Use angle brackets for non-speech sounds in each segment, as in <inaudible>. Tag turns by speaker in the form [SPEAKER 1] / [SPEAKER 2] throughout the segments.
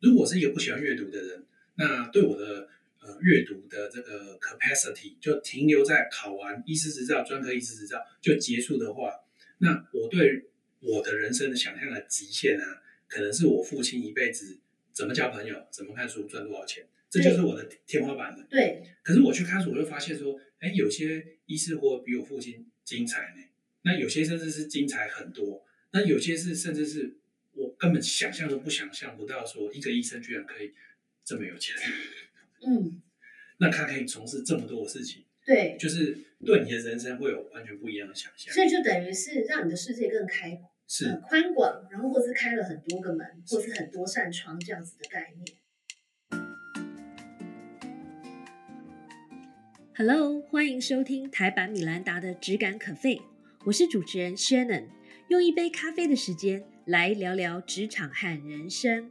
[SPEAKER 1] 如果我是一个不喜欢阅读的人，那对我的呃阅读的这个 capacity 就停留在考完医师执照、专科医师执照就结束的话，那我对我的人生的想象的极限啊，可能是我父亲一辈子怎么交朋友、怎么看书、赚多少钱，这就是我的天花板了。
[SPEAKER 2] 对，
[SPEAKER 1] 可是我去看书，我就发现说，哎，有些医师活得比我父亲精彩呢，那有些甚至是精彩很多，那有些是甚至是我根本想象都不想象不到，说一个医生居然可以这么有钱， <laughs>
[SPEAKER 2] 嗯，
[SPEAKER 1] 那他可以从事这么多的事情，
[SPEAKER 2] 对，
[SPEAKER 1] 就是对你的人生会有完全不一样的想象。
[SPEAKER 2] 所以就等于是让你的世界更开
[SPEAKER 1] 是
[SPEAKER 2] 呃，宽广，然后或是开了很多个门，或是很多扇窗这样子的概念。
[SPEAKER 3] Hello，欢迎收听台版米兰达的《只感可废》，我是主持人 Shannon，用一杯咖啡的时间来聊聊职场和人生。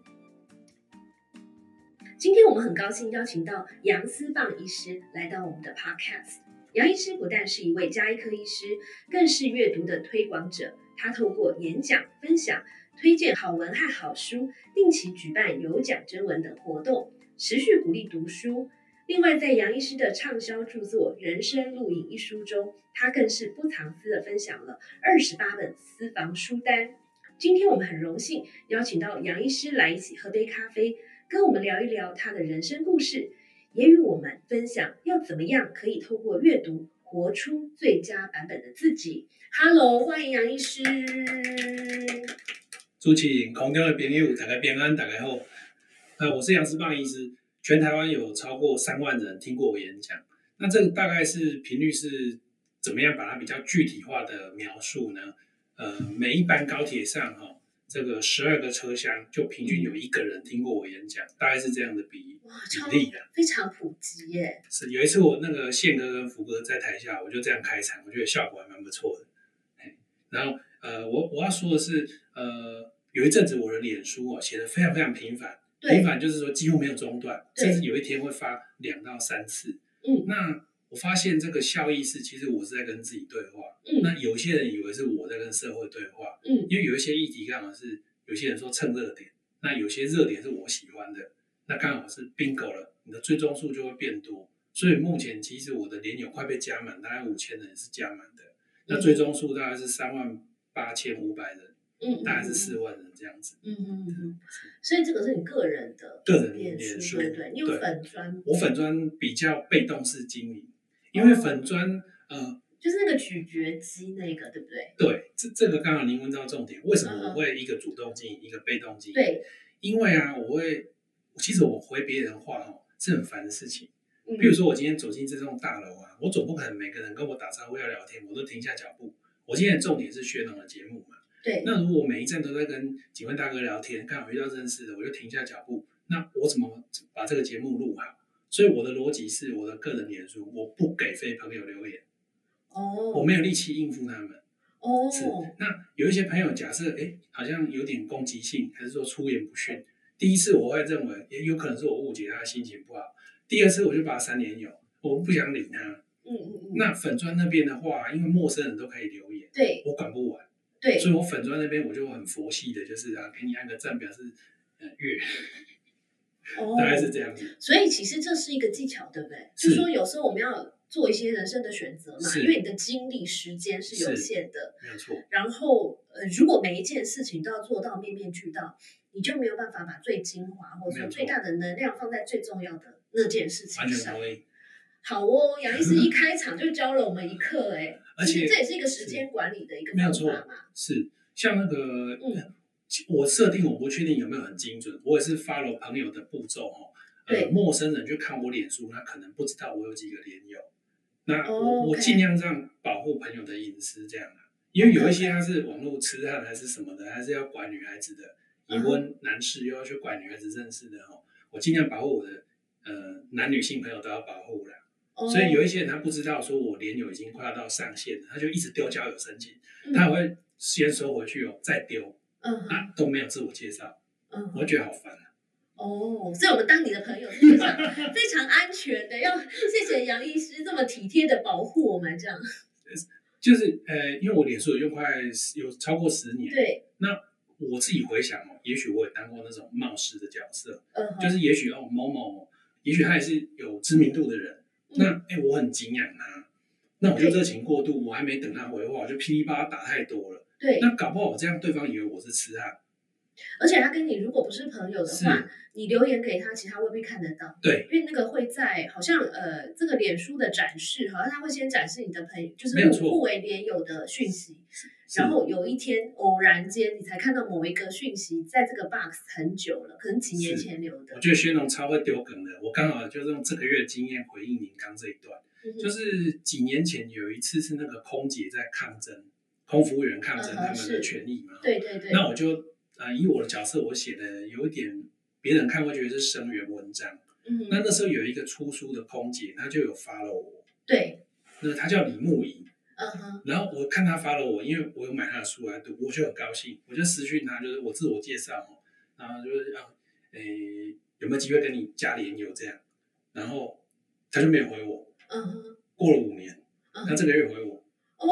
[SPEAKER 2] 今天我们很高兴邀请到杨思棒医师来到我们的 Podcast。杨医师不但是一位加医科医师，更是阅读的推广者。他透过演讲、分享、推荐好文和好书，定期举办有奖征文等活动，持续鼓励读书。另外，在杨医师的畅销著作《人生录影》一书中，他更是不藏私的分享了二十八本私房书单。今天我们很荣幸邀请到杨医师来一起喝杯咖啡，跟我们聊一聊他的人生故事，也与我们分享要怎么样可以透过阅读活出最佳版本的自己。Hello，欢迎杨医师。
[SPEAKER 1] 主持人、空中的朋友，大家平安，大家好。呃，我是杨思棒医师，全台湾有超过三万人听过我演讲。那这个大概是频率是怎么样把它比较具体化的描述呢？呃，每一班高铁上哈、这个十二个车厢就平均有一个人听过我演讲，大概是这样的比
[SPEAKER 2] 哇，超
[SPEAKER 1] 比例啊。
[SPEAKER 2] 非常普及耶！
[SPEAKER 1] 是有一次我那个宪哥跟福哥在台下，我就这样开场，我觉得效果还蛮不错的。嘿然后呃，我我要说的是，呃，有一阵子我的脸书哦写的非常非常频繁，频
[SPEAKER 2] 对，
[SPEAKER 1] 繁就是说几乎没有中断，
[SPEAKER 2] 对
[SPEAKER 1] 甚至有一天会发两到三次。
[SPEAKER 2] 嗯
[SPEAKER 1] 那我发现这个效益是，其实我是在跟自己对话。
[SPEAKER 2] 嗯
[SPEAKER 1] 那有些人以为是我在跟社会对话，
[SPEAKER 2] 嗯，
[SPEAKER 1] 因为有一些议题刚好是有些人说蹭热点，那有些热点是我喜欢的，那刚好是 bingo 了，你的追踪数就会变多。所以目前其实我的连友快被加满，大概五千人是加满的，那追踪数大概是三万八千五百人，
[SPEAKER 2] 嗯
[SPEAKER 1] 大概是四万人这样子。
[SPEAKER 2] 嗯嗯嗯，所以这个是你个人的
[SPEAKER 1] 个人
[SPEAKER 2] 脸
[SPEAKER 1] 脸
[SPEAKER 2] 书
[SPEAKER 1] 书
[SPEAKER 2] 对不对？你有
[SPEAKER 1] 对
[SPEAKER 2] 粉专，
[SPEAKER 1] 我粉砖比较被动式经营，因为粉砖呃
[SPEAKER 2] 就是那个咀嚼肌那个，对不对？
[SPEAKER 1] 对，这这个刚好您问到重点，为什么
[SPEAKER 2] 嗯
[SPEAKER 1] 我会一个主动经营，一个被动经营？
[SPEAKER 2] 对，
[SPEAKER 1] 因为啊，我会，其实我回别人话哦，是很烦的事情。
[SPEAKER 2] 嗯
[SPEAKER 1] 比如说，我今天走进这栋大楼啊，我总不可能每个人跟我打招呼要聊天，我都停下脚步。我今天的重点是学农的节目嘛。
[SPEAKER 2] 对，
[SPEAKER 1] 那如果我每一站都在跟几位大哥聊天，刚好遇到认识的，我就停下脚步。那我怎么把这个节目录好？所以我的逻辑是，我的个人脸书我不给非朋友留言，
[SPEAKER 2] 哦，
[SPEAKER 1] 我没有力气应付他们。
[SPEAKER 2] 哦，
[SPEAKER 1] 是，那有一些朋友假设，哎，好像有点攻击性，还是说出言不逊。第一次我会认为，也有可能是我误解他的心情不好。第二次我就把他删连友，我不想理他。
[SPEAKER 2] 嗯嗯嗯，
[SPEAKER 1] 那粉砖那边的话，因为陌生人都可以留言，
[SPEAKER 2] 对
[SPEAKER 1] 我管不完，
[SPEAKER 2] 对，
[SPEAKER 1] 所以我粉砖那边我就很佛系的，就是啊，给你按个赞，表示呃月，
[SPEAKER 2] 哦
[SPEAKER 1] 大概是这样子。
[SPEAKER 2] 所以其实这是一个技巧，对不对？
[SPEAKER 1] 是
[SPEAKER 2] 就说有时候我们要做一些人生的选择嘛，
[SPEAKER 1] 是
[SPEAKER 2] 因为你的精力、时间是有
[SPEAKER 1] 是
[SPEAKER 2] 限的。
[SPEAKER 1] 没有错，
[SPEAKER 2] 然后，呃，如果每一件事情都要做到面面俱到，你就没有办法把最精华或者
[SPEAKER 1] 没有
[SPEAKER 2] 说
[SPEAKER 1] 错
[SPEAKER 2] 最大的能量放在最重要的那件事情
[SPEAKER 1] 完全
[SPEAKER 2] 上。
[SPEAKER 1] 同意。
[SPEAKER 2] 好哦，杨医师一开场就教了我们一课，哎，
[SPEAKER 1] 而
[SPEAKER 2] 其
[SPEAKER 1] 且
[SPEAKER 2] 实这也是一个时间管理的一个
[SPEAKER 1] 没有
[SPEAKER 2] 方
[SPEAKER 1] 错
[SPEAKER 2] 法嘛。
[SPEAKER 1] 是像那个，
[SPEAKER 2] 嗯
[SPEAKER 1] 我设定我不确定有没有很精准，我也是 follow 朋友的步骤哦。
[SPEAKER 2] 对
[SPEAKER 1] 呃，陌生人去看我脸书，他可能不知道我有几个连友。那我、
[SPEAKER 2] 哦
[SPEAKER 1] 我
[SPEAKER 2] OK
[SPEAKER 1] 尽量这样保护朋友的隐私，这样啊，因为有一些
[SPEAKER 2] 嗯
[SPEAKER 1] 他是网络痴汉还是什么的，他是要管女孩子的，已
[SPEAKER 2] 嗯
[SPEAKER 1] 婚男士又要去管女孩子认识的哦。我尽量保护我的呃男女性朋友都要保护啦。
[SPEAKER 2] 哦
[SPEAKER 1] 所以有一些人他不知道说我连友已经快要到上限了，他就一直丢交友申请。
[SPEAKER 2] 嗯
[SPEAKER 1] 他会先收回去哦，再丢，
[SPEAKER 2] 嗯哼
[SPEAKER 1] 啊，都没有自我介绍，
[SPEAKER 2] 嗯
[SPEAKER 1] 我觉得好烦啊。
[SPEAKER 2] 哦，所以我们当你的朋友是非常非常安全的，要谢谢杨医师这么体贴的保护我们，这样
[SPEAKER 1] 就是呃，因为我脸书有用快有超过十年，
[SPEAKER 2] 对，
[SPEAKER 1] 那我自己回想哦，也许我也当过那种冒失的角色，
[SPEAKER 2] 嗯
[SPEAKER 1] 就
[SPEAKER 2] 哼，
[SPEAKER 1] 是也许哦某某，也许他也是有知名度的人，
[SPEAKER 2] 嗯
[SPEAKER 1] 那哎、诶我很敬仰他，那我就热情过度，我还没等他回话，我就噼里啪啦打太多了，
[SPEAKER 2] 对，
[SPEAKER 1] 那搞不好我这样对方以为我是痴汉，
[SPEAKER 2] 而且他跟你如果不是朋友的
[SPEAKER 1] 是
[SPEAKER 2] 话，你留言给他，其实他未必看得到。
[SPEAKER 1] 对，
[SPEAKER 2] 因为那个会在好像呃这个脸书的展示，好像他会先展示你的朋友，就
[SPEAKER 1] 没有
[SPEAKER 2] 是
[SPEAKER 1] 错
[SPEAKER 2] 互互为连友的讯息，
[SPEAKER 1] 是
[SPEAKER 2] 然后有一天偶然间你才看到某一个讯息，在这个 box 很久了，可能几年
[SPEAKER 1] 是
[SPEAKER 2] 前留的
[SPEAKER 1] 我，觉得薛农超会丢梗的，我刚好就用这个月的经验回应您刚这一段。
[SPEAKER 2] 嗯哼
[SPEAKER 1] 就是几年前有一次是那个空姐在抗争，空服务员抗争
[SPEAKER 2] 嗯哼
[SPEAKER 1] 他们
[SPEAKER 2] 是
[SPEAKER 1] 的权益嘛。
[SPEAKER 2] 对对对，
[SPEAKER 1] 那我就呃以我的角色，我写的有一点别人看会觉得是声援文章。
[SPEAKER 2] 嗯
[SPEAKER 1] 那那时候有一个出书的空姐，她就有 follow 我，
[SPEAKER 2] 对，
[SPEAKER 1] 那她叫李慕怡。
[SPEAKER 2] 嗯哼，
[SPEAKER 1] 然后我看她 follow 我，因为我有买她的书来读，我就很高兴，我就私讯她，就是我自我介绍哦，然后就是啊，诶有没有机会跟你加连友这样，然后她就没有回我，
[SPEAKER 2] 嗯哼，
[SPEAKER 1] 过了五年。
[SPEAKER 2] 嗯
[SPEAKER 1] 他
[SPEAKER 2] 哼，
[SPEAKER 1] 这个月回我，
[SPEAKER 2] 哦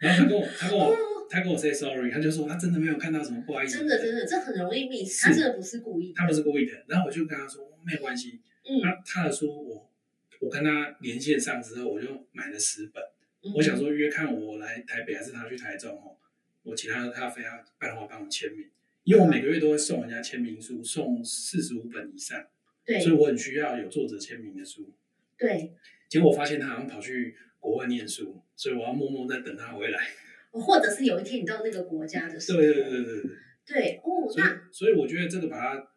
[SPEAKER 1] 然后他跟我，他跟我，
[SPEAKER 2] 哦，
[SPEAKER 1] 他跟我 say sorry，他就说他真的没有看到什么不好意思，
[SPEAKER 2] 真的真的，这很容易 miss，
[SPEAKER 1] 是
[SPEAKER 2] 他真的不是故意的，
[SPEAKER 1] 他不是故意的。然后我就跟他说哦没有关系，
[SPEAKER 2] 嗯，
[SPEAKER 1] 那他的书我我跟他连线上之后，我就买了十本，
[SPEAKER 2] 嗯
[SPEAKER 1] 我想，说约看我来台北还是他去台中哦，我请他喝咖啡，他拜托我帮我签名，因为我每个月都会送人家签名书，送四十五本以上，
[SPEAKER 2] 对
[SPEAKER 1] 所以我很需要有作者签名的书。
[SPEAKER 2] 对，
[SPEAKER 1] 结果我发现他好像跑去国外念书，所以我要默默在等他回来。
[SPEAKER 2] 或者是有一天你到那个国家的时候，
[SPEAKER 1] 对对对对对对。
[SPEAKER 2] 对哦，
[SPEAKER 1] 所以
[SPEAKER 2] 那，
[SPEAKER 1] 所以我觉得这个把它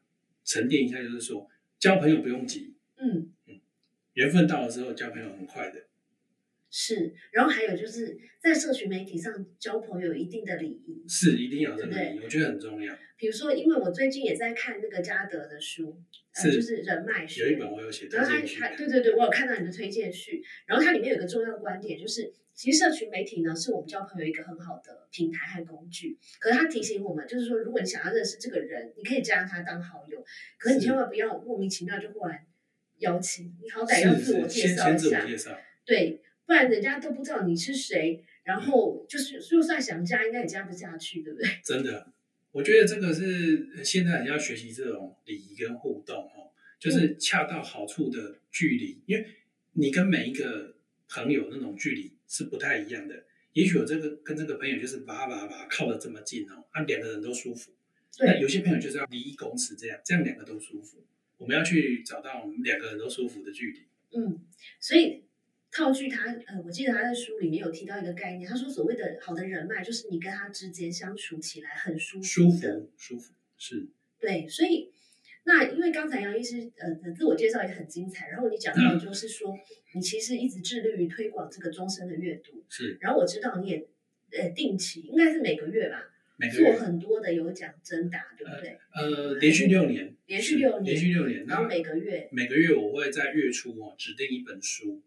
[SPEAKER 1] 沉淀一下，就是说交朋友不用急，
[SPEAKER 2] 嗯
[SPEAKER 1] 缘分到了之后交朋友很快的。
[SPEAKER 2] 是，然后还有就是在社群媒体上交朋友有一定的礼仪，
[SPEAKER 1] 是一定要有这个
[SPEAKER 2] 对
[SPEAKER 1] 意义，我觉得很重要。
[SPEAKER 2] 比如说，因为我最近也在看那个嘉德的书，呃，
[SPEAKER 1] 是
[SPEAKER 2] 就是人脉学
[SPEAKER 1] 有一本我有写推
[SPEAKER 2] 然后他
[SPEAKER 1] 荐序，
[SPEAKER 2] 他对对对，我有看到你的推荐序，然后它里面有一个重要观点，就是其实社群媒体呢是我们交朋友一个很好的平台和工具。可是他提醒我们，就是说如果你想要认识这个人，你可以加他当好友，可是你
[SPEAKER 1] 是
[SPEAKER 2] 千万不要莫名其妙就忽然邀请，你好歹要
[SPEAKER 1] 是
[SPEAKER 2] 自我
[SPEAKER 1] 是
[SPEAKER 2] 介
[SPEAKER 1] 先
[SPEAKER 2] 绍一
[SPEAKER 1] 先自
[SPEAKER 2] 下
[SPEAKER 1] 我，介绍，
[SPEAKER 2] 对，不然人家都不知道你是谁，
[SPEAKER 1] 嗯
[SPEAKER 2] 然后就是就算想加，应该也加不下去，对不 <laughs> 对？
[SPEAKER 1] 真的，我觉得这个是呃现在很要学习这种礼仪跟互动哦，就是恰到好处的距离，因为你跟每一个朋友那种距离是不太一样的。也许我这个跟这个朋友就是哇哇哇靠得这么近哦，啊，两个人都舒服。那
[SPEAKER 2] 对，
[SPEAKER 1] 有些朋友就是要离一公尺这样，这样两个都舒服。我们要去找到我们两个人都舒服的距离。
[SPEAKER 2] 嗯，所以套句他，呃，我记得他在书里面有提到一个概念，他说所谓的好的人脉，就是你跟他之间相处起来很舒
[SPEAKER 1] 舒
[SPEAKER 2] 的。
[SPEAKER 1] 服，舒服是。
[SPEAKER 2] 对，所以那因为刚才杨医师呃的自我介绍也很精彩，然后你讲到
[SPEAKER 1] 嗯
[SPEAKER 2] 就是说、你其实一直致力于推广这个终身的阅读，
[SPEAKER 1] 是
[SPEAKER 2] 然后我知道你也呃定期应该是每个月吧，
[SPEAKER 1] 每个
[SPEAKER 2] 做
[SPEAKER 1] 月
[SPEAKER 2] 很多的有奖征答，对不对？
[SPEAKER 1] 呃连续六年，
[SPEAKER 2] 连续六
[SPEAKER 1] 是
[SPEAKER 2] 年
[SPEAKER 1] 连续六年。
[SPEAKER 2] 然后
[SPEAKER 1] 那
[SPEAKER 2] 每个月，
[SPEAKER 1] 每个月我会在月初哦指定一本书，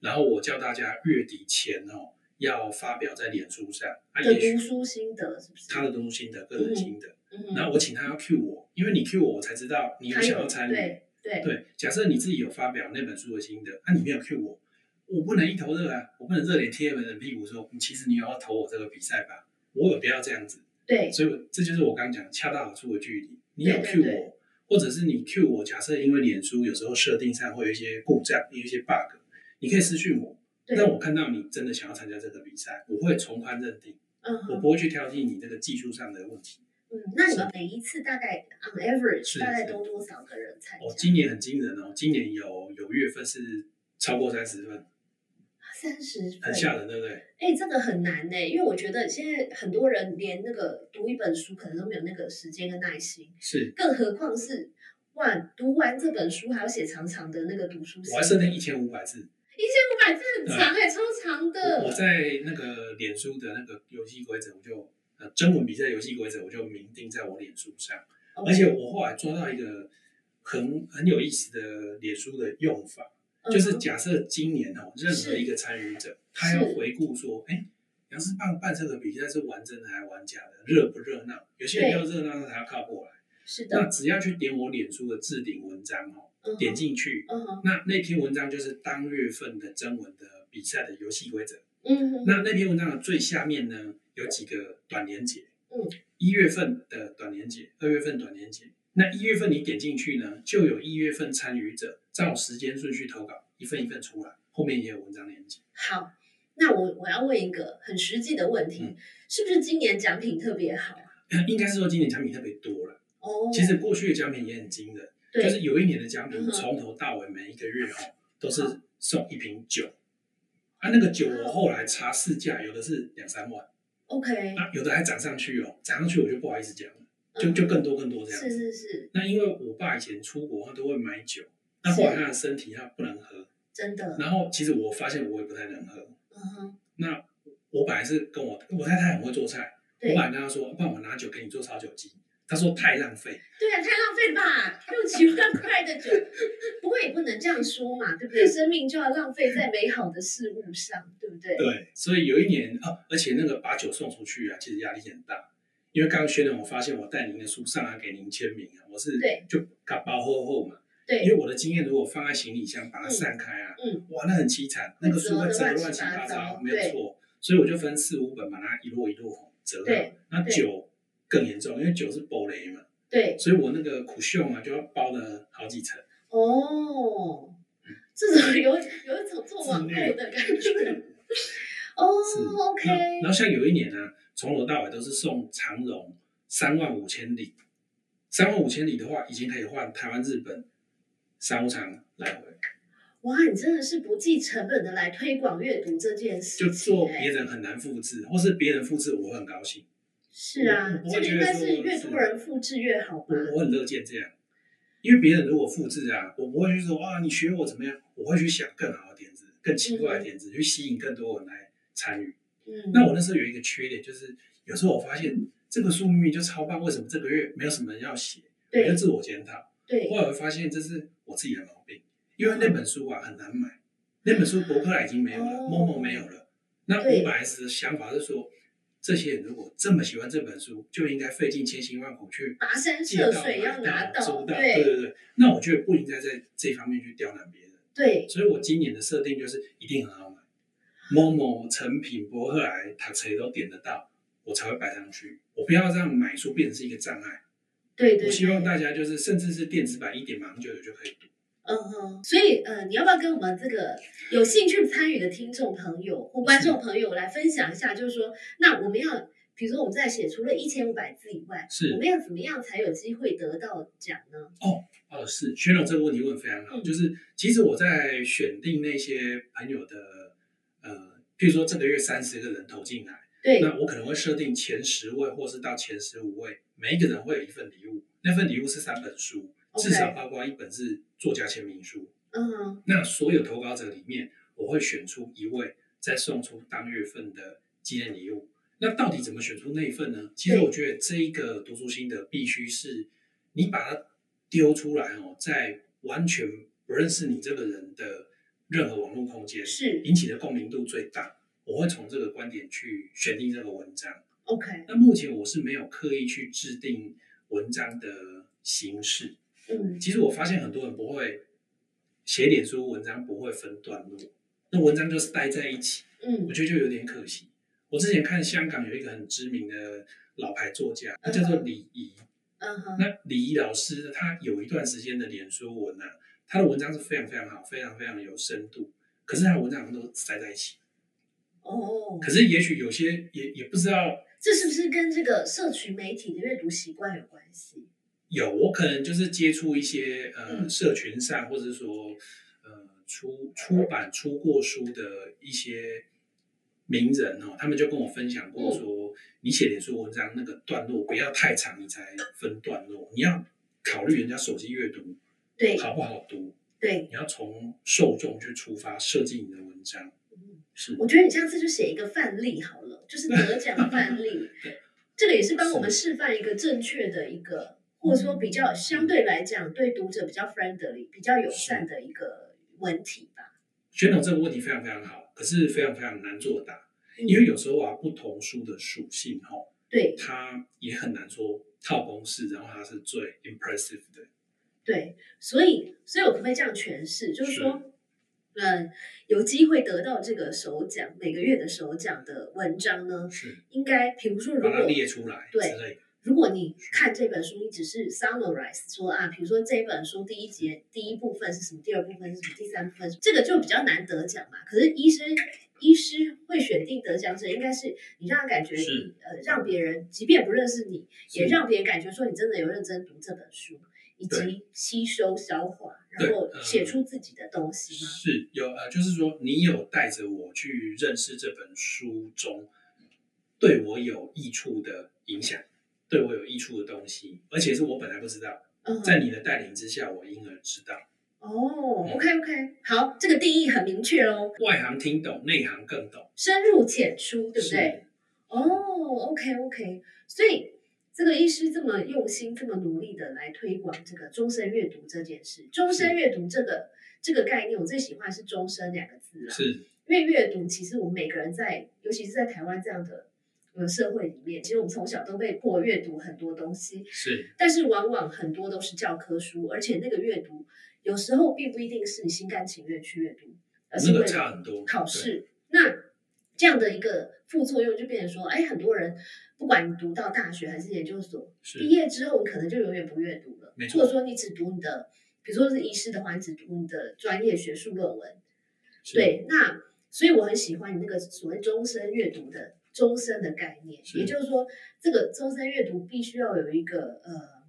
[SPEAKER 1] 然后我叫大家月底前哦要发表在脸书上，啊
[SPEAKER 2] 的
[SPEAKER 1] 也许
[SPEAKER 2] 读书心得是不嗯是？
[SPEAKER 1] 他的读书心得、个人心得，
[SPEAKER 2] 嗯
[SPEAKER 1] 然后我请他要 cue 我，因为你 cue 我，我才知道你有
[SPEAKER 2] 他
[SPEAKER 1] 想要参与。
[SPEAKER 2] 对对
[SPEAKER 1] 对，假设你自己有发表那本书的心得，那、啊你没有 Q 我，我不能一头热啊，我不能热脸贴人的屁股说，嗯其实你有要投我这个比赛吧，我有必要这样子，
[SPEAKER 2] 对
[SPEAKER 1] 所以我这就是我刚讲恰到好处的距离。你有
[SPEAKER 2] 对
[SPEAKER 1] Q 我，
[SPEAKER 2] 对
[SPEAKER 1] 或者是你 Q 我，假设因为脸书有时候设定上会有一些故障，有一些 bug，你可以私讯我，
[SPEAKER 2] 对，
[SPEAKER 1] 让我看到你真的想要参加这个比赛，我会从宽认定，
[SPEAKER 2] 嗯
[SPEAKER 1] 我
[SPEAKER 2] 哼
[SPEAKER 1] 不会去挑剔你这个技术上的问题。
[SPEAKER 2] 嗯，那你们每一次大概 on average
[SPEAKER 1] 是
[SPEAKER 2] 大概都多少个人参
[SPEAKER 1] 哦，
[SPEAKER 2] 加？
[SPEAKER 1] 今年很惊人哦，今年有有月份是超过三十分，
[SPEAKER 2] 三十
[SPEAKER 1] 很
[SPEAKER 2] 份，
[SPEAKER 1] 吓人，对不对？
[SPEAKER 2] 哎、这个很难呢、因为我觉得现在很多人连那个读一本书可能都没有那个时间跟耐心，
[SPEAKER 1] 是，
[SPEAKER 2] 更何况是哇，读完这本书还要写长长的那个读书心得。
[SPEAKER 1] 我还设定一千五百字。
[SPEAKER 2] 五百字很长哎、超长的。
[SPEAKER 1] 我我在那个脸书的那个游戏规则，我就呃征文比赛游戏规则，我就明定在我脸书上。
[SPEAKER 2] OK，
[SPEAKER 1] 而且我后来抓到一个很很有意思的脸书的用法，
[SPEAKER 2] 嗯
[SPEAKER 1] 就是假设今年哦，任何一个参与者，他要
[SPEAKER 2] 是
[SPEAKER 1] 回顾说，哎。杨氏办办这个比赛是玩真的还是玩假的，热不热闹？有些人
[SPEAKER 2] 对
[SPEAKER 1] 要热闹，他要靠过来。
[SPEAKER 2] 是
[SPEAKER 1] 那
[SPEAKER 2] 的，嗯
[SPEAKER 1] 只要去点我脸书的置顶文章哦，
[SPEAKER 2] 嗯哼
[SPEAKER 1] 点，进去，
[SPEAKER 2] 嗯哼，
[SPEAKER 1] 那那篇文章就是当月份的征文的比赛的游戏规则。
[SPEAKER 2] 嗯哼，
[SPEAKER 1] 那那篇文章的最下面呢，有几个短连结。
[SPEAKER 2] 嗯，
[SPEAKER 1] 一月份的短连结，二月份短连结。那一月份你点进去呢，就有一月份参与者照时间顺序投稿，一份一份出来，后面也有文章连接。
[SPEAKER 2] 好，那我我要问一个很实际的问题，
[SPEAKER 1] 嗯
[SPEAKER 2] 是不是今年奖品特别
[SPEAKER 1] <coughs>
[SPEAKER 2] 好？啊
[SPEAKER 1] 应该是说今年奖品特别多了，
[SPEAKER 2] 哦，
[SPEAKER 1] 其实过去的奖品也很惊人，
[SPEAKER 2] 对，
[SPEAKER 1] 就是有一年的奖
[SPEAKER 2] 嗯
[SPEAKER 1] 品
[SPEAKER 2] 哼
[SPEAKER 1] 从头到尾每一个月哦都
[SPEAKER 2] 好
[SPEAKER 1] 是送一瓶酒，啊，那个酒我后来查市价，有的是两三万，
[SPEAKER 2] OK，
[SPEAKER 1] 啊，有的还涨上去哦，涨上去我就不好意思讲了，就
[SPEAKER 2] 嗯
[SPEAKER 1] 就更多更多这样
[SPEAKER 2] 是
[SPEAKER 1] 子。
[SPEAKER 2] 是是，
[SPEAKER 1] 那因为我爸以前出国，他都会买酒，那后来他的身体他不能喝，
[SPEAKER 2] 真的，
[SPEAKER 1] 然后其实我发现我也不太能喝，
[SPEAKER 2] 嗯哼，
[SPEAKER 1] 那我本来是跟我我太太很会做菜，我
[SPEAKER 2] 对
[SPEAKER 1] 本来跟她说，不然我拿酒给你做烧酒鸡，她说太浪费，
[SPEAKER 2] 对啊，太浪费了吧，六七万块的酒，不过也不能这样说嘛，对不对？生命就要浪费在美好的事物上，对不对？
[SPEAKER 1] 对，所以有一年啊，而且那个把酒送出去啊，其实压力很大，因为刚刚薛总我发现我带您的书上来给您签名啊，我是
[SPEAKER 2] 对
[SPEAKER 1] 就打包厚厚嘛，因为
[SPEAKER 2] 对
[SPEAKER 1] 我的经验，如果放在行李箱把它散开啊，
[SPEAKER 2] 嗯嗯
[SPEAKER 1] 哇，那很凄惨，那个书会折得乱七八糟，没有错，所以我就分四五本把它一摞一摞折
[SPEAKER 2] 对
[SPEAKER 1] 好。那
[SPEAKER 2] 对
[SPEAKER 1] 酒更严重，因为酒是薄雷嘛，
[SPEAKER 2] 对，
[SPEAKER 1] 所以我那个苦秀啊就要包了好几层。
[SPEAKER 2] 哦，这种有有一种做网
[SPEAKER 1] 自
[SPEAKER 2] 购
[SPEAKER 1] 虐
[SPEAKER 2] 的感觉。 <laughs> 哦
[SPEAKER 1] 是
[SPEAKER 2] ，OK，
[SPEAKER 1] 那然后像有一年呢、从头到尾都是送长荣三万五千里，三万五千里的话，已经可以换台湾、日本商务舱来回，
[SPEAKER 2] 哇，你真的是不计成本的来推广阅读这件事情、
[SPEAKER 1] 就
[SPEAKER 2] 欸，
[SPEAKER 1] 做别人很难复制，或是别人复制，我会很高兴，
[SPEAKER 2] 是啊，
[SPEAKER 1] 我
[SPEAKER 2] 这
[SPEAKER 1] 我
[SPEAKER 2] 个
[SPEAKER 1] 觉
[SPEAKER 2] 应
[SPEAKER 1] 得
[SPEAKER 2] 该
[SPEAKER 1] 说
[SPEAKER 2] 是越多人复制越好吧
[SPEAKER 1] 我？我很乐见这样。因为别人如果复制啊，我不会去说啊，你学我怎么样，我会去想更好的点子、更奇怪的点子，去吸引更多人来参与。
[SPEAKER 2] 嗯，
[SPEAKER 1] 那我那时候有一个缺点，就是有时候我发现这个书明明就超棒，为什么这个月没有什么人要写？我
[SPEAKER 2] 对
[SPEAKER 1] 就自我检讨。
[SPEAKER 2] 对
[SPEAKER 1] 后来我发现这是我自己的毛病，因为那本书啊很难买，那本书博客来已经没有了
[SPEAKER 2] 哦
[SPEAKER 1] ，Momo 没有了。那我
[SPEAKER 2] 对
[SPEAKER 1] 本来是想法是说，这些人如果这么喜欢这本书，就应该费尽千辛万苦去
[SPEAKER 2] 跋山
[SPEAKER 1] 借到
[SPEAKER 2] 涉水要拿
[SPEAKER 1] 买到、租到。
[SPEAKER 2] 对
[SPEAKER 1] 对对对，那我觉得不应该在这方面去刁难别人。
[SPEAKER 2] 对，
[SPEAKER 1] 所以我今年的设定就是一定很好买，某某成品、博客来、塔谁都点得到，我才会摆上去。我不要让买书变成是一个障碍。
[SPEAKER 2] 对对，
[SPEAKER 1] 我希望
[SPEAKER 2] 对
[SPEAKER 1] 大家就是，甚至是电子版一点马上就有就可以读。
[SPEAKER 2] 嗯哼，所以呃，你要不要跟我们这个有兴趣参与的听众朋友或观众朋友来分享一下？就是说，那我们要，比如说我们在写除了一千五百字以外，我
[SPEAKER 1] 是
[SPEAKER 2] 们要怎么样才有机会得到奖呢？
[SPEAKER 1] 哦，是薛总这个问题问得非常好，
[SPEAKER 2] 嗯
[SPEAKER 1] 就是其实我在选定那些朋友的，呃，譬如说这个月三十个人投进来，
[SPEAKER 2] 对，
[SPEAKER 1] 那我可能会设定前十位或是到前十五位，每一个人会有一份礼物，那份礼物是三本书，至少
[SPEAKER 2] OK
[SPEAKER 1] 包括一本是作家签名书。
[SPEAKER 2] 嗯哼，
[SPEAKER 1] 那所有投稿者里面，我会选出一位，再送出当月份的纪念礼物。那到底怎么选出那一份呢？其实
[SPEAKER 2] 对
[SPEAKER 1] 我觉得这一个读书心得必须是你把它丢出来哦，在完全不认识你这个人的任何网络空间，
[SPEAKER 2] 是
[SPEAKER 1] 引起的共鸣度最大。我会从这个观点去选定这个文章。
[SPEAKER 2] OK，
[SPEAKER 1] 那目前我是没有刻意去制定文章的形式，
[SPEAKER 2] 嗯，
[SPEAKER 1] 其实我发现很多人不会写脸书文章，不会分段落，那文章就是待在一起，
[SPEAKER 2] 嗯
[SPEAKER 1] 我，觉得就有点可惜。我之前看香港有一个很知名的老牌作家，他叫做李怡。
[SPEAKER 2] 嗯哼，
[SPEAKER 1] 那李怡老师他有一段时间的脸书文啊，他的文章是非常非常好，非常非常有深度。可是他的文章好像都塞在一起。
[SPEAKER 2] 哦，
[SPEAKER 1] 可是也许有些也也不知道
[SPEAKER 2] 这是不是跟这个社群媒体的阅读习惯有关系？
[SPEAKER 1] 有，我可能就是接触一些呃
[SPEAKER 2] 嗯
[SPEAKER 1] 社群上，或者说呃出出版出过书的一些名人哦，他们就跟我分享过
[SPEAKER 2] 嗯
[SPEAKER 1] 说，你写脸书文章那个段落不要太长，你才分段落，你要考虑人家手机阅读
[SPEAKER 2] 对
[SPEAKER 1] 好不好读，
[SPEAKER 2] 对，
[SPEAKER 1] 你要从受众去出发设计你的文章，
[SPEAKER 2] 嗯
[SPEAKER 1] 是
[SPEAKER 2] 我觉得你下次就写一个范例好
[SPEAKER 1] <laughs>
[SPEAKER 2] 了，就是得奖范例
[SPEAKER 1] 对，
[SPEAKER 2] 这个也是帮我们示范一个正确的一个，或者说比较相对来讲对读者比较 friendly、比较友善的一个文体吧。
[SPEAKER 1] 宣统这个问题非常非常好，可是非常非常难作答，
[SPEAKER 2] 嗯
[SPEAKER 1] 因为有时候啊不同书的属性哦。
[SPEAKER 2] 对
[SPEAKER 1] 它也很难说套公式，然后它是最 impressive 的。
[SPEAKER 2] 对，所以所以我可不可以这样诠释，就是说。嗯，有机会得到这个首奖，每个月的首奖的文章呢，
[SPEAKER 1] 是，
[SPEAKER 2] 应该，比如说，如
[SPEAKER 1] 把它
[SPEAKER 2] 果
[SPEAKER 1] 列出来之
[SPEAKER 2] 对
[SPEAKER 1] 类的。
[SPEAKER 2] 如果你看这本书，你只是 summarize 说啊，比如说这一本书第一节第一部分是什么，第二部分是什么，第三部分是什么，这个就比较难得奖嘛。可是医师医师会选定得奖者，应该是你让他感觉
[SPEAKER 1] 是
[SPEAKER 2] 呃让别人，即便不认识你，也
[SPEAKER 1] 是
[SPEAKER 2] 让别人感觉说你真的有认真读这本书，以及吸收消化，然后
[SPEAKER 1] 对嗯
[SPEAKER 2] 写出自己的东西嘛。
[SPEAKER 1] 是有呃，就是说你有带着我去认识这本书中对我有益处的影响，对我有益处的东西，而且是我本来不知道，
[SPEAKER 2] 嗯，
[SPEAKER 1] 在你的带领之下，我因而知道。
[SPEAKER 2] 哦
[SPEAKER 1] 嗯
[SPEAKER 2] ，OK OK，好，这个定义很明确哦，
[SPEAKER 1] 外行听懂，内行更懂，
[SPEAKER 2] 深入浅出，对不对？
[SPEAKER 1] 是？
[SPEAKER 2] 哦，OK OK，所以这个医师这么用心、这么努力的来推广这个终身阅读这件事，终身阅读这个这个概念，我最喜欢是“终身”两个字啦。
[SPEAKER 1] 是
[SPEAKER 2] 因为阅读其实我们每个人在，尤其是在台湾这样的呃社会里面，其实我们从小都被迫阅读很多东西，
[SPEAKER 1] 是
[SPEAKER 2] 但是往往很多都是教科书，而且那个阅读有时候并不一定是你心甘情愿去阅读，而是
[SPEAKER 1] 那
[SPEAKER 2] 为
[SPEAKER 1] 个差
[SPEAKER 2] 了
[SPEAKER 1] 很多。
[SPEAKER 2] 考试。那这样的一个副作用就变成说，哎，很多人不管你读到大学还是研究所，
[SPEAKER 1] 对是
[SPEAKER 2] 毕业之后你可能就永远不阅读了
[SPEAKER 1] 没，错
[SPEAKER 2] 或者说你只读你的，比如说是医师的话，你只读你的专业学术论文，
[SPEAKER 1] 是
[SPEAKER 2] 对，那所以我很喜欢你那个所谓终身阅读的终身的概念，
[SPEAKER 1] 是
[SPEAKER 2] 也就是说，这个终身阅读必须要有一个呃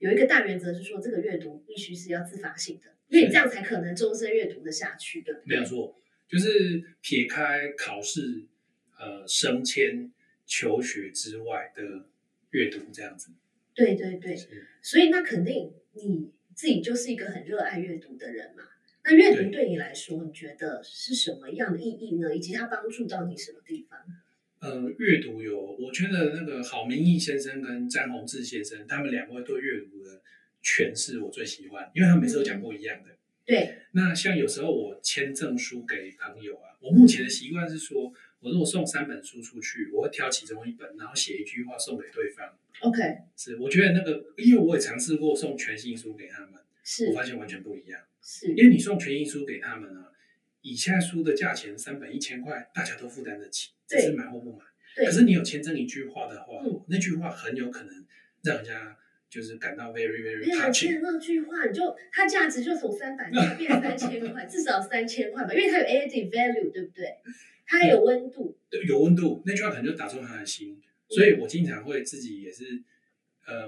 [SPEAKER 2] 有一个大原则，是说这个阅读必须是要自发性的，因为你
[SPEAKER 1] 是
[SPEAKER 2] 这样才可能终身阅读的下去，对不
[SPEAKER 1] 没
[SPEAKER 2] 对？
[SPEAKER 1] 有错，就是撇开考试、呃升迁、求学之外的阅读这样子。
[SPEAKER 2] 对对对，
[SPEAKER 1] 是
[SPEAKER 2] 所以那肯定你自己就是一个很热爱阅读的人嘛。那阅读
[SPEAKER 1] 对
[SPEAKER 2] 对你来说，你觉得是什么样的意义呢？以及它帮助到你什么地方？
[SPEAKER 1] 呃，阅读有，我觉得那个郝明义先生跟詹宏志先生，他们两位对阅读的诠释我最喜欢，因为他们每次都讲不一样的。
[SPEAKER 2] 对，
[SPEAKER 1] 那像有时候我签证书给朋友啊，我目前的习惯是说，我如果送三本书出去，我会挑其中一本，然后写一句话送给对方。
[SPEAKER 2] ，OK，
[SPEAKER 1] 是，我觉得那个，因为我也尝试过送全新书给他们，
[SPEAKER 2] 是
[SPEAKER 1] 我发现完全不一样。
[SPEAKER 2] 是
[SPEAKER 1] 因为你送全新书给他们啊，以现在书的价钱三本一千块，大家都负担得起，只
[SPEAKER 2] 对
[SPEAKER 1] 是买或不买。
[SPEAKER 2] 对
[SPEAKER 1] 可是你有签证一句话的话，
[SPEAKER 2] 嗯
[SPEAKER 1] 那句话很有可能让人家就是感到 very
[SPEAKER 2] 没
[SPEAKER 1] very
[SPEAKER 2] 有，听
[SPEAKER 1] touching。
[SPEAKER 2] 哎了那句话，你就它价值就从三百块变
[SPEAKER 1] <laughs>
[SPEAKER 2] 三千块，至少三千块吧，因为它有 added value，对不对？它还有温度，
[SPEAKER 1] 对有温度，那句话可能就打中他的心。
[SPEAKER 2] 嗯
[SPEAKER 1] 所以我经常会自己也是，呃，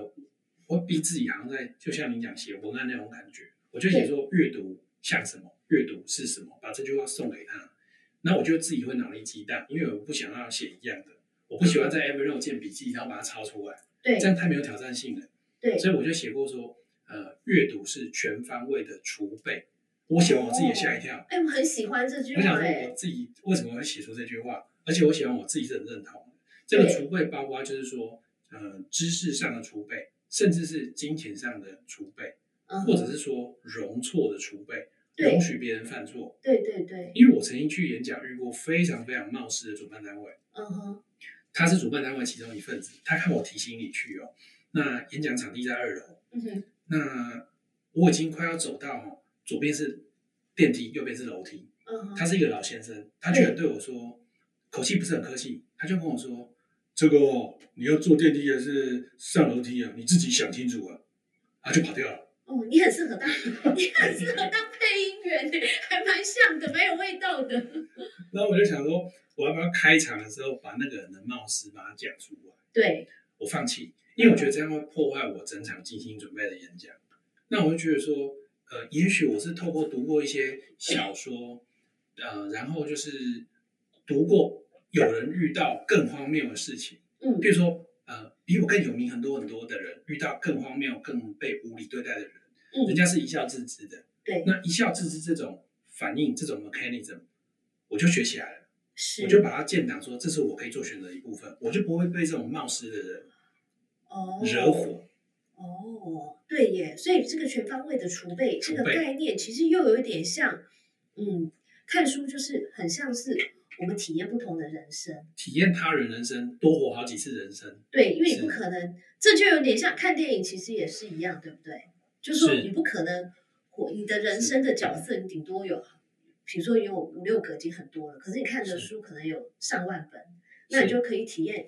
[SPEAKER 1] 我逼自己好像在，就像你讲写文案那种感觉，我就写说阅读像什么，阅读是什么，把这句话送给他。那我就自己会脑力激荡，因为我不想要写一样的，我不喜欢在 Evernote 建笔记，然后把它抄出来，
[SPEAKER 2] 嗯对
[SPEAKER 1] 这样太没有挑战性了。
[SPEAKER 2] 对，
[SPEAKER 1] 所以我就写过说，呃，阅读是全方位的储备。我写完我自己也吓一跳，
[SPEAKER 2] 哎，我很喜欢这句
[SPEAKER 1] 我想
[SPEAKER 2] 话，
[SPEAKER 1] 说
[SPEAKER 2] 哎
[SPEAKER 1] 我，自己为什么会写出这句话，而且我喜欢我自己是很认同的。这个
[SPEAKER 2] 对
[SPEAKER 1] 储备包括就是说，呃，知识上的储备，甚至是金钱上的储备，
[SPEAKER 2] 嗯
[SPEAKER 1] 或者是说容错的储备，
[SPEAKER 2] 对
[SPEAKER 1] 容许别人犯错。
[SPEAKER 2] 对对对，
[SPEAKER 1] 因为我曾经去演讲遇过非常非常冒失的主办单位，
[SPEAKER 2] 嗯哼，
[SPEAKER 1] 他是主办单位其中一份子，他看我提醒你去哦。那演讲场地在二楼，
[SPEAKER 2] 嗯哼，
[SPEAKER 1] 那我已经快要走到哦，左边是电梯，右边是楼梯，
[SPEAKER 2] 嗯哼，
[SPEAKER 1] 他是一个老先生，他居然对我说，口气不是很客气，他就跟我说：“这个哦，你要坐电梯还是上楼梯啊？你自己想清楚啊！”他就跑掉了。
[SPEAKER 2] 哦，你很适合当， <laughs> 你很适合当配音员，哎还蛮像的，蛮有味道的。
[SPEAKER 1] 然后我就想说，我要不要开场的时候把那个人的冒失把它讲出来？
[SPEAKER 2] 对，
[SPEAKER 1] 我放弃，因为我觉得这样会破坏我整场精心准备的演讲。那我就觉得说，呃，也许我是透过读过一些小说，呃，然后就是读过有人遇到更荒谬的事情。
[SPEAKER 2] 嗯
[SPEAKER 1] 比如说，呃，比我更有名很多很多的人，遇到更荒谬、更被无理对待的人，人
[SPEAKER 2] 嗯，
[SPEAKER 1] 家是一笑置之的。
[SPEAKER 2] 对，
[SPEAKER 1] 那一笑置之这种反应、这种 mechanism，我就学起来了，
[SPEAKER 2] 是
[SPEAKER 1] 我就把它建档说，这是我可以做选择的一部分，我就不会被这种冒失的人
[SPEAKER 2] 哦
[SPEAKER 1] 惹火。
[SPEAKER 2] 哦，对耶，所以这个全方位的储备这个
[SPEAKER 1] 储备
[SPEAKER 2] 概念，其实又有一点像，嗯，看书就是很像是我们体验不同的人生，
[SPEAKER 1] 体验他人人生，多活好几次人生。
[SPEAKER 2] 对，因为你不
[SPEAKER 1] 是
[SPEAKER 2] 可能，这就有点像看电影，其实也是一样，对不对？就是说
[SPEAKER 1] 是嗯
[SPEAKER 2] 你不可能活你的人生的角色，你顶多有，比如说有五六个已经很多了，可是你看的
[SPEAKER 1] 是
[SPEAKER 2] 书可能有上万本，那你
[SPEAKER 1] 是
[SPEAKER 2] 就可以体验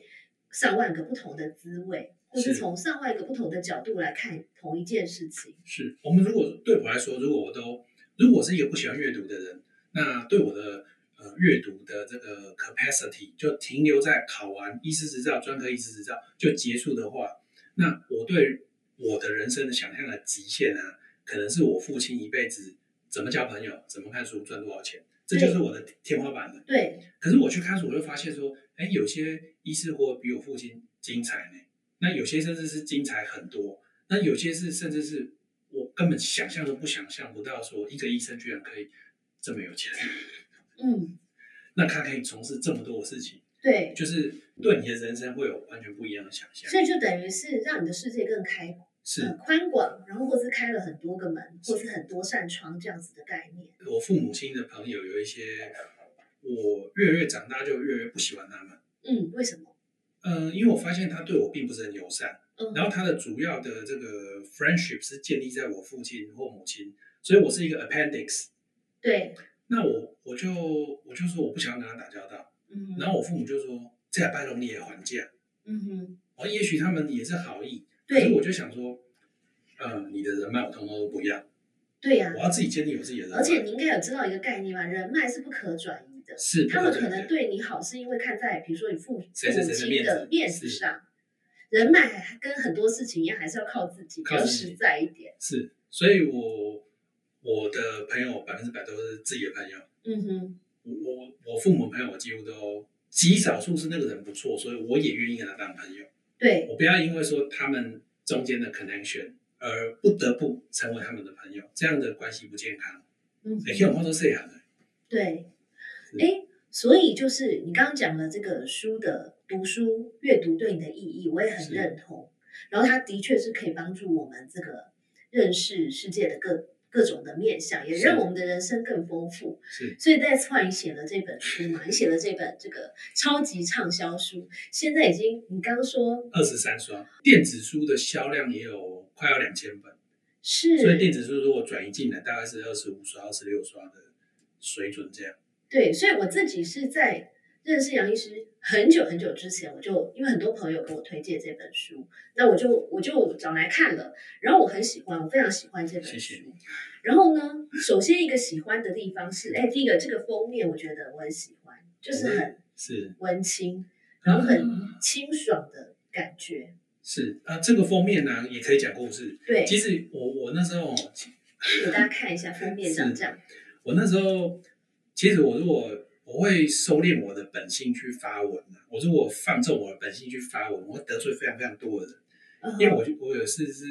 [SPEAKER 2] 上万个不同的滋味，或是
[SPEAKER 1] 是
[SPEAKER 2] 从上万个不同的角度来看同一件事情。
[SPEAKER 1] 是我们如果对我来说，如果我都如果我是一个不喜欢阅读的人，那对我的呃阅读的这个 capacity 就停留在考完医师执照、专科医师执照就结束的话，那我对我的人生的想象的极限啊，可能是我父亲一辈子怎么交朋友、怎么看书、赚多少钱，这就是我的天花板了。
[SPEAKER 2] 对，
[SPEAKER 1] 可是我去看书，我就发现说，哎，有些医师活得比我父亲精彩呢，那有些甚至是精彩很多，那有些是甚至是我根本想象都不想象不到，说一个医生居然可以这么有钱，
[SPEAKER 2] 嗯，
[SPEAKER 1] 那他可以从事这么多的事情，
[SPEAKER 2] 对，
[SPEAKER 1] 就是对你的人生会有完全不一样的想象。
[SPEAKER 2] 所以就等于是让你的世界更开呃
[SPEAKER 1] 是
[SPEAKER 2] 宽广，然后或是开了很多个门，或是很多扇窗这样子的概念。
[SPEAKER 1] 我父母亲的朋友有一些，我越越长大就越越不喜欢他们。
[SPEAKER 2] 嗯，为什么？
[SPEAKER 1] 嗯、因为我发现他对我并不是很友善，
[SPEAKER 2] 嗯，
[SPEAKER 1] 然后他的主要的这个 friendship 是建立在我父亲或母亲，所以我是一个 appendix。
[SPEAKER 2] 对，
[SPEAKER 1] 那我我就我就说我不想要跟他打交道，
[SPEAKER 2] 嗯，
[SPEAKER 1] 然后我父母就说这拜龙你也还价，
[SPEAKER 2] 嗯哼，
[SPEAKER 1] 哦，也许他们也是好意，可是
[SPEAKER 2] 对
[SPEAKER 1] 我就想说，呃，你的人脉我通通都不要，
[SPEAKER 2] 对呀、
[SPEAKER 1] 我要自己建立我自己的人脉，
[SPEAKER 2] 而且你应该有知道一个概念吧，人脉是不可转移的。
[SPEAKER 1] 是
[SPEAKER 2] 他们可能
[SPEAKER 1] 对
[SPEAKER 2] 对你好，是因为看在比如说你父母
[SPEAKER 1] 谁谁谁的
[SPEAKER 2] 亲的
[SPEAKER 1] 面子
[SPEAKER 2] 面子
[SPEAKER 1] 是
[SPEAKER 2] 上。人脉跟很多事情一样，还是要靠自己，比
[SPEAKER 1] 靠
[SPEAKER 2] 较
[SPEAKER 1] 自己
[SPEAKER 2] 实在一点。
[SPEAKER 1] 是，所以我我的朋友百分之百都是自己的朋友，
[SPEAKER 2] 嗯哼，
[SPEAKER 1] 我我我父母朋友我几乎都极少数是那个人不错，所以我也愿意跟他当朋友。
[SPEAKER 2] 对，
[SPEAKER 1] 我不要因为说他们中间的 connection 而不得不成为他们的朋友，这样的关系不健康。哎
[SPEAKER 2] 嗯哼，
[SPEAKER 1] 也可以换做这样的，
[SPEAKER 2] 对，
[SPEAKER 1] 是
[SPEAKER 2] 哎，所以就是你刚刚讲了这个书的读书阅读对你的意义，我也很
[SPEAKER 1] 是
[SPEAKER 2] 认同。然后它的确是可以帮助我们这个认识世界的各各种的面向，也
[SPEAKER 1] 是
[SPEAKER 2] 让我们的人生更丰富。
[SPEAKER 1] 是
[SPEAKER 2] 所以在创你写了这本书嘛，你写了这本这个超级畅销书，现在已经你刚刚说
[SPEAKER 1] 二十三双电子书的销量也有快要两千本，
[SPEAKER 2] 是
[SPEAKER 1] 所以电子书如果转移进来，大概是二十五刷、二十六刷的水准这样。
[SPEAKER 2] 对，所以我自己是在认识杨医师很久很久之前，我就因为很多朋友给我推荐这本书，那我就我就找来看了，然后我很喜欢，我非常喜欢这本书。
[SPEAKER 1] 谢谢
[SPEAKER 2] 然后呢，首先一个喜欢的地方是，哎，第一个这个封面我觉得我很喜欢，
[SPEAKER 1] 嗯
[SPEAKER 2] 就是很
[SPEAKER 1] 是
[SPEAKER 2] 文青，然后很
[SPEAKER 1] 啊
[SPEAKER 2] 清爽的感觉。
[SPEAKER 1] 是啊，这个封面呢、也可以讲故事。
[SPEAKER 2] 对，
[SPEAKER 1] 其实我我那时候
[SPEAKER 2] 给大家看一下封面长这样。
[SPEAKER 1] 我那时候，其实我如果我会收敛我的本性去发文啊，我如果放纵我的本性去发文，我会得罪非常非常多的人。
[SPEAKER 2] 嗯
[SPEAKER 1] 因为我我有次是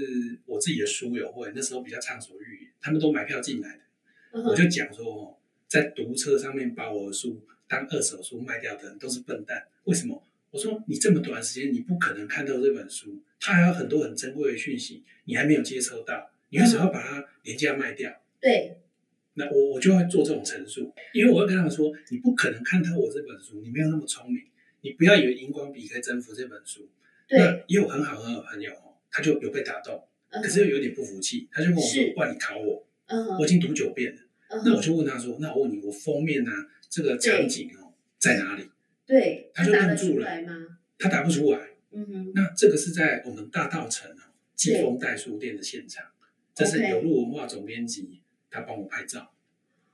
[SPEAKER 1] 我自己的书友会，那时候比较畅所欲言，他们都买票进来的，
[SPEAKER 2] 嗯
[SPEAKER 1] 我就讲说哦，在读车上面把我的书当二手书卖掉的人都是笨蛋，为什么？我说你这么短时间你不可能看到这本书，它还有很多很珍贵的讯息，你还没有接收到，你为什么要把它廉价卖掉？
[SPEAKER 2] 对
[SPEAKER 1] 那我我就会做这种陈述，因为我会跟他们说，你不可能看透我这本书，你没有那么聪明，你不要以为荧光笔可以征服这本书。那
[SPEAKER 2] 对，
[SPEAKER 1] 也有很好很好的朋友哦，他就有被打动，
[SPEAKER 2] 可
[SPEAKER 1] 可是又有点不服气，他就跟我
[SPEAKER 2] 嗯是
[SPEAKER 1] 说，哇，你考我，
[SPEAKER 2] 嗯哼
[SPEAKER 1] 我已经读九遍了。
[SPEAKER 2] 嗯哼
[SPEAKER 1] 那我就问他说，那我问你，我封面啊，这个场景哦在哪里？
[SPEAKER 2] 对，
[SPEAKER 1] 他就
[SPEAKER 2] 答得
[SPEAKER 1] 愣住
[SPEAKER 2] 出
[SPEAKER 1] 了
[SPEAKER 2] 来吗？
[SPEAKER 1] 他答不出来。
[SPEAKER 2] 嗯哼，
[SPEAKER 1] 那这个是在我们大道城哦，季风代书店的现场，这是
[SPEAKER 2] OK
[SPEAKER 1] 有路文化总编辑他帮我拍照，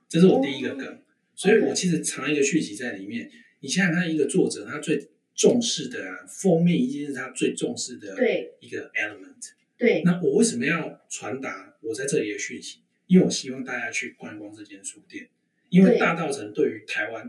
[SPEAKER 1] 这是我第一个梗，
[SPEAKER 2] 哦
[SPEAKER 1] 所以我其实藏一个讯息在里面。你想想看，一个作者他最重视的啊，封面一定是他最重视的
[SPEAKER 2] 对
[SPEAKER 1] 一个 element。
[SPEAKER 2] 对，
[SPEAKER 1] 那我为什么要传达我在这里的讯息？因为我希望大家去观光这间书店，因为
[SPEAKER 2] 对
[SPEAKER 1] 大道城对于台湾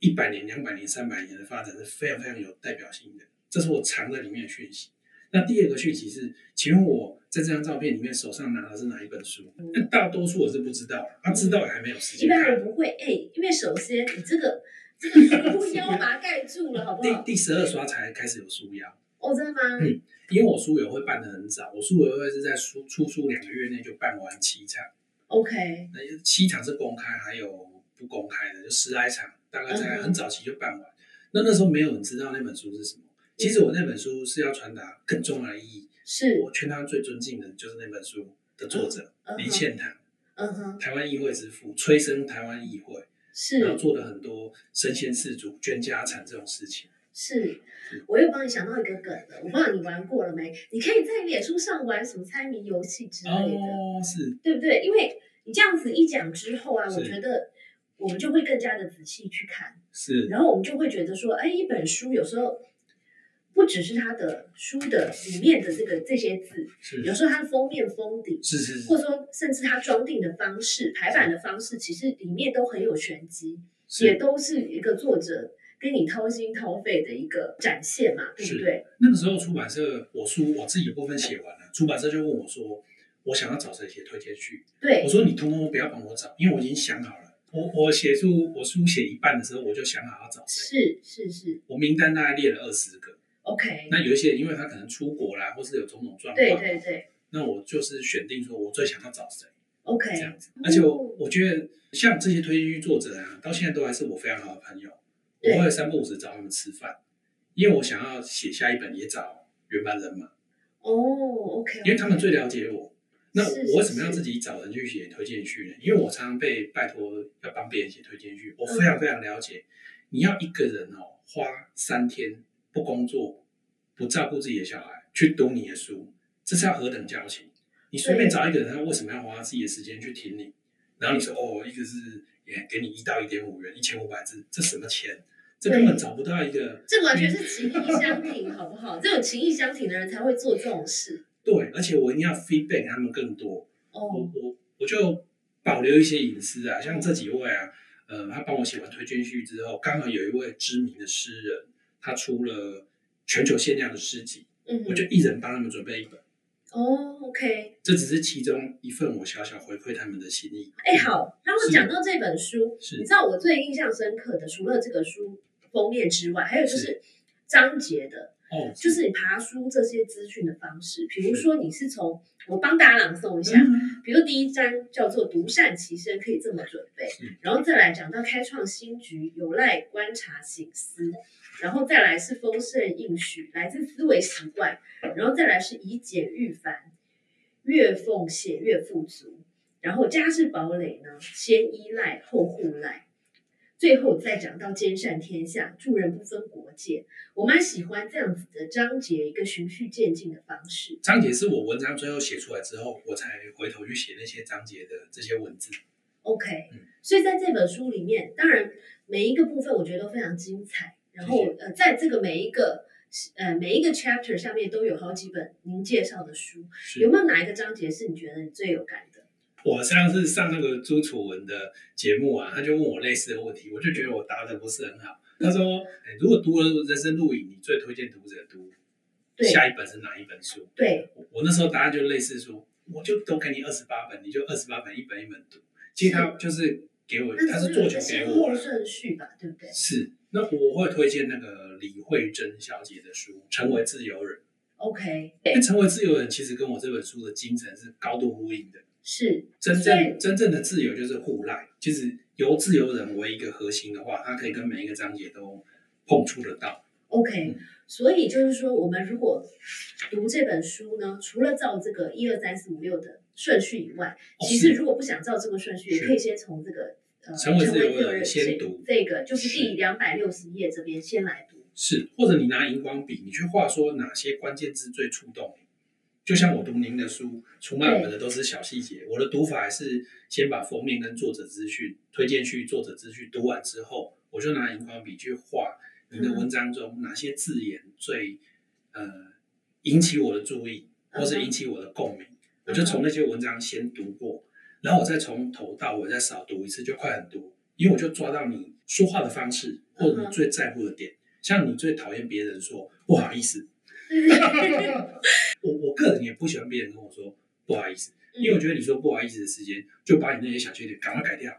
[SPEAKER 1] 一百年、两百年、三百年的发展是非常非常有代表性的。这是我藏在里面的讯息。那第二个讯息是，请问我在这张照片里面手上拿的是哪一本书？那大多数我是不知道，啊，知道也还没有时
[SPEAKER 2] 一
[SPEAKER 1] 间
[SPEAKER 2] 般
[SPEAKER 1] 看。
[SPEAKER 2] 人不会哎、嗯因为首先你这个这个
[SPEAKER 1] <laughs>
[SPEAKER 2] 书腰把它盖住了，好不
[SPEAKER 1] 第
[SPEAKER 2] 好？
[SPEAKER 1] 第十二刷才开始有书腰，
[SPEAKER 2] 哦，真的吗？
[SPEAKER 1] 嗯因为我书友会办得很早，我书友会是在书出书两个月内就办完七场。
[SPEAKER 2] OK，
[SPEAKER 1] 那七场是公开，还有不公开的，就十来场，大概在
[SPEAKER 2] 嗯
[SPEAKER 1] 很早期就办完。那那时候没有人知道那本书是什么。其实我那本书是要传达更重要的意义。
[SPEAKER 2] 是，
[SPEAKER 1] 我全台湾最尊敬的就是那本书的作者
[SPEAKER 2] 嗯
[SPEAKER 1] 林
[SPEAKER 2] 哼，
[SPEAKER 1] 献堂，
[SPEAKER 2] 嗯哼，
[SPEAKER 1] 台湾议会之父，催生台湾议会，
[SPEAKER 2] 是
[SPEAKER 1] 然后做了很多身先士卒、捐家产这种事情。
[SPEAKER 2] 是，我又帮你想到一个梗了，我不知道你玩过了没？你可以在脸书上玩什么猜谜游戏之类的，
[SPEAKER 1] 哦，是
[SPEAKER 2] 对不对？因为你这样子一讲之后啊，我
[SPEAKER 1] 是
[SPEAKER 2] 觉得我们就会更加的仔细去看，
[SPEAKER 1] 是，
[SPEAKER 2] 然后我们就会觉得说，哎，一本书有时候不只是它的书的里面的这个这些字，
[SPEAKER 1] 是
[SPEAKER 2] 有时候它的封面封底。
[SPEAKER 1] 是是
[SPEAKER 2] 或者说，甚至它装订的方式、排版的方式，其实里面都很有玄机。也
[SPEAKER 1] 是，
[SPEAKER 2] 都是一个作者跟你掏心掏肺的一个展现嘛，对
[SPEAKER 1] 是
[SPEAKER 2] 不对？
[SPEAKER 1] 那个时候出版社我书我自己的部分写完了，出版社就问我说，我想要找谁写推荐序，
[SPEAKER 2] 对
[SPEAKER 1] 我，说你通通不要帮我找，因为我已经想好了。我我写出我书写一半的时候，我就想好要找谁。
[SPEAKER 2] 是是是
[SPEAKER 1] 我名单大概列了二十个，
[SPEAKER 2] ，OK，
[SPEAKER 1] 那有一些因为他可能出国啦，或是有种种状况，
[SPEAKER 2] 对对对
[SPEAKER 1] 那我就是选定说我最想要找谁。
[SPEAKER 2] ，OK，
[SPEAKER 1] 这样子。而且我我觉得像这些推荐剧作者啊，到现在都还是我非常好的朋友，
[SPEAKER 2] 对
[SPEAKER 1] 我会三不五时找他们吃饭，因为我想要写下一本也找原班人马，
[SPEAKER 2] 哦，OK，
[SPEAKER 1] 因为他们最了解我。那
[SPEAKER 2] 是
[SPEAKER 1] 我为什么要
[SPEAKER 2] 是
[SPEAKER 1] 自己找人去写推荐序呢？因为我常常被拜托要帮别人写推荐序，我非
[SPEAKER 2] 嗯
[SPEAKER 1] 常非常了解，你要一个人哦花三天不工作，不照顾自己的小孩，去读你的书，这是要何等交情？你随便
[SPEAKER 2] 对
[SPEAKER 1] 找一个人，他为什么要花自己的时间去听你？然后你说哦，一个是也给你一到一点五元，一千五百字，这什么钱？这根本
[SPEAKER 2] 对
[SPEAKER 1] 找不到一个
[SPEAKER 2] 这完全
[SPEAKER 1] 嗯
[SPEAKER 2] 是情意相挺，好不好？这种情意相挺的人才会做这种事。
[SPEAKER 1] 对，而且我一定要 feedback 他们更多。我
[SPEAKER 2] 哦，
[SPEAKER 1] 我我就保留一些隐私啊，像这几位啊，呃，他帮我写完推荐序之后，刚好有一位知名的诗人，他出了全球限量的诗集，
[SPEAKER 2] 嗯，
[SPEAKER 1] 我就一人帮他们准备一本，
[SPEAKER 2] 哦，OK，
[SPEAKER 1] 这只是其中一份我小小回馈他们的心意。
[SPEAKER 2] 哎，好，然后
[SPEAKER 1] 是
[SPEAKER 2] 讲到这本书，你
[SPEAKER 1] 是
[SPEAKER 2] 知道我最印象深刻的，除了这个书封面之外，还有就是是章节的。
[SPEAKER 1] 哦，
[SPEAKER 2] 就是你爬书这些资讯的方式。比如说，你是从我帮大家朗诵一下，
[SPEAKER 1] 嗯
[SPEAKER 2] 比如第一章叫做“独善其身”，可以这么准备
[SPEAKER 1] 嗯，
[SPEAKER 2] 然后再来讲到开创新局，有赖观察醒思，然后再来是丰盛应许，来自思维习惯，然后再来是以简驭繁，越奉献越富足，然后家是堡垒呢，先依赖后互赖。最后再讲到兼善天下，助人不分国界，我蛮喜欢这样子的章节，一个循序渐进的方式。
[SPEAKER 1] 章节是我文章最后写出来之后，我才回头去写那些章节的这些文字。
[SPEAKER 2] OK，、
[SPEAKER 1] 嗯
[SPEAKER 2] 所以在这本书里面，当然每一个部分我觉得都非常精彩。然后
[SPEAKER 1] 谢谢
[SPEAKER 2] 呃，在这个每一个呃每一个 chapter 下面都有好几本您介绍的书，
[SPEAKER 1] 是
[SPEAKER 2] 有没有哪一个章节是你觉得你最有感的？
[SPEAKER 1] 我上次上那个朱楚文的节目啊，他就问我类似的问题，我就觉得我答的不是很好。他说：“哎如果读了人生录影，你最推荐读者读
[SPEAKER 2] 对
[SPEAKER 1] 下一本是哪一本书
[SPEAKER 2] 对，？”
[SPEAKER 1] 我我那时候答案就类似说，我就都给你二十八本，你就二十八本一本一本读。其实他就是给我，
[SPEAKER 2] 那
[SPEAKER 1] 他是
[SPEAKER 2] 总
[SPEAKER 1] 做
[SPEAKER 2] 有一
[SPEAKER 1] 球
[SPEAKER 2] 个
[SPEAKER 1] 给
[SPEAKER 2] 先
[SPEAKER 1] 我
[SPEAKER 2] 后
[SPEAKER 1] 的。
[SPEAKER 2] 顺序吧，对不对
[SPEAKER 1] 是，那我会推荐那个李慧珍小姐的书《成为自由人》。
[SPEAKER 2] ？OK，
[SPEAKER 1] 因为《成为自由人》其实跟我这本书的精神是高度呼应的。
[SPEAKER 2] 是
[SPEAKER 1] 真
[SPEAKER 2] 所以
[SPEAKER 1] 正真正的自由就是互赖，就是由自由人为一个核心的话，它可以跟每一个章节都碰触得到。
[SPEAKER 2] OK，
[SPEAKER 1] 嗯
[SPEAKER 2] 所以就是说，我们如果读这本书呢，除了照这个一二三四五六的顺序以外，
[SPEAKER 1] 哦
[SPEAKER 2] 其实
[SPEAKER 1] 是
[SPEAKER 2] 如果不想照这个顺序，也
[SPEAKER 1] 是
[SPEAKER 2] 可以先从这个呃
[SPEAKER 1] 成为自由人
[SPEAKER 2] 人
[SPEAKER 1] 先
[SPEAKER 2] 这
[SPEAKER 1] 读
[SPEAKER 2] 这个，就是第
[SPEAKER 1] 是
[SPEAKER 2] 两百六十页这边先来读。
[SPEAKER 1] 是，或者你拿荧光笔，你去画说哪些关键字最触动你。就像我读您的书，出卖我们的都是小细节。我的读法还是先把封面跟作者资讯、推荐序、作者资讯读完之后，我就拿荧光笔去画您的文章中哪些字眼最呃引起我的注意，或是引起我的共鸣。我就从那些文章先读过，然后我再从头到尾再少读一次，就快很多。因为我就抓到你说话的方式，或者
[SPEAKER 2] 嗯
[SPEAKER 1] 你
[SPEAKER 2] 哼
[SPEAKER 1] 最在乎的点。像你最讨厌别人说不好意
[SPEAKER 2] <laughs>
[SPEAKER 1] 思，嗯
[SPEAKER 2] 嗯
[SPEAKER 1] 我我个人也不喜欢别人跟我说不好意思，
[SPEAKER 2] 嗯
[SPEAKER 1] 因为我觉得你说不好意思的时间，就把你那些小缺点赶快改掉，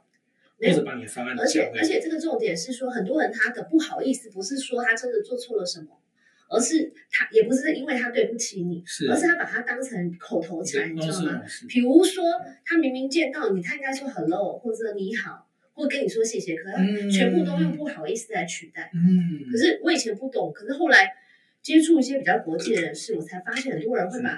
[SPEAKER 2] 没有
[SPEAKER 1] 或者把你的方案
[SPEAKER 2] 而且
[SPEAKER 1] 讲回
[SPEAKER 2] 而且这个重点是说，很多人他的不好意思，不是说他真的做错了什么，而是他也不是因为他对不起你，
[SPEAKER 1] 是
[SPEAKER 2] 而是他把它当成口头禅，你知道吗？
[SPEAKER 1] 哦是
[SPEAKER 2] 比如说，他明明见到你，他应该说 hello 或者你好，或跟你说谢谢，可他
[SPEAKER 1] 嗯
[SPEAKER 2] 全部都用不好意思来取代。
[SPEAKER 1] 嗯
[SPEAKER 2] 可，是我以前不懂，可是后来接触一些比较国际的人士，我才发现很多人会把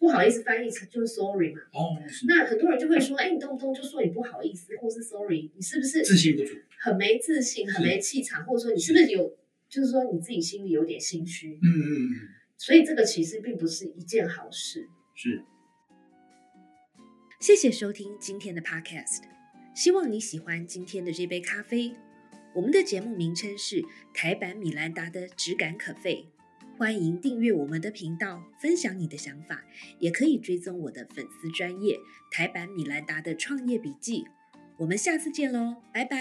[SPEAKER 2] 不好意思翻译成就是 sorry 嘛。
[SPEAKER 1] 哦是
[SPEAKER 2] 那很多人就会说，哎，你动不动就说你不好意思或是 sorry，你是不是
[SPEAKER 1] 自信不足，
[SPEAKER 2] 很没自信、很没气场，或者说你是不是有
[SPEAKER 4] 就是说你自己心里有点心虚，
[SPEAKER 1] 嗯嗯嗯，
[SPEAKER 4] 所以这个其实并不是一件好事。
[SPEAKER 1] 是，
[SPEAKER 2] 谢谢收听今天的 Podcast，希望你喜欢今天的这杯咖啡。我们的节目名称是台版米兰达的质感可废，欢迎订阅我们的频道，分享你的想法，也可以追踪我的粉丝专业台版米兰达的创业笔记。我们下次见喽，拜拜。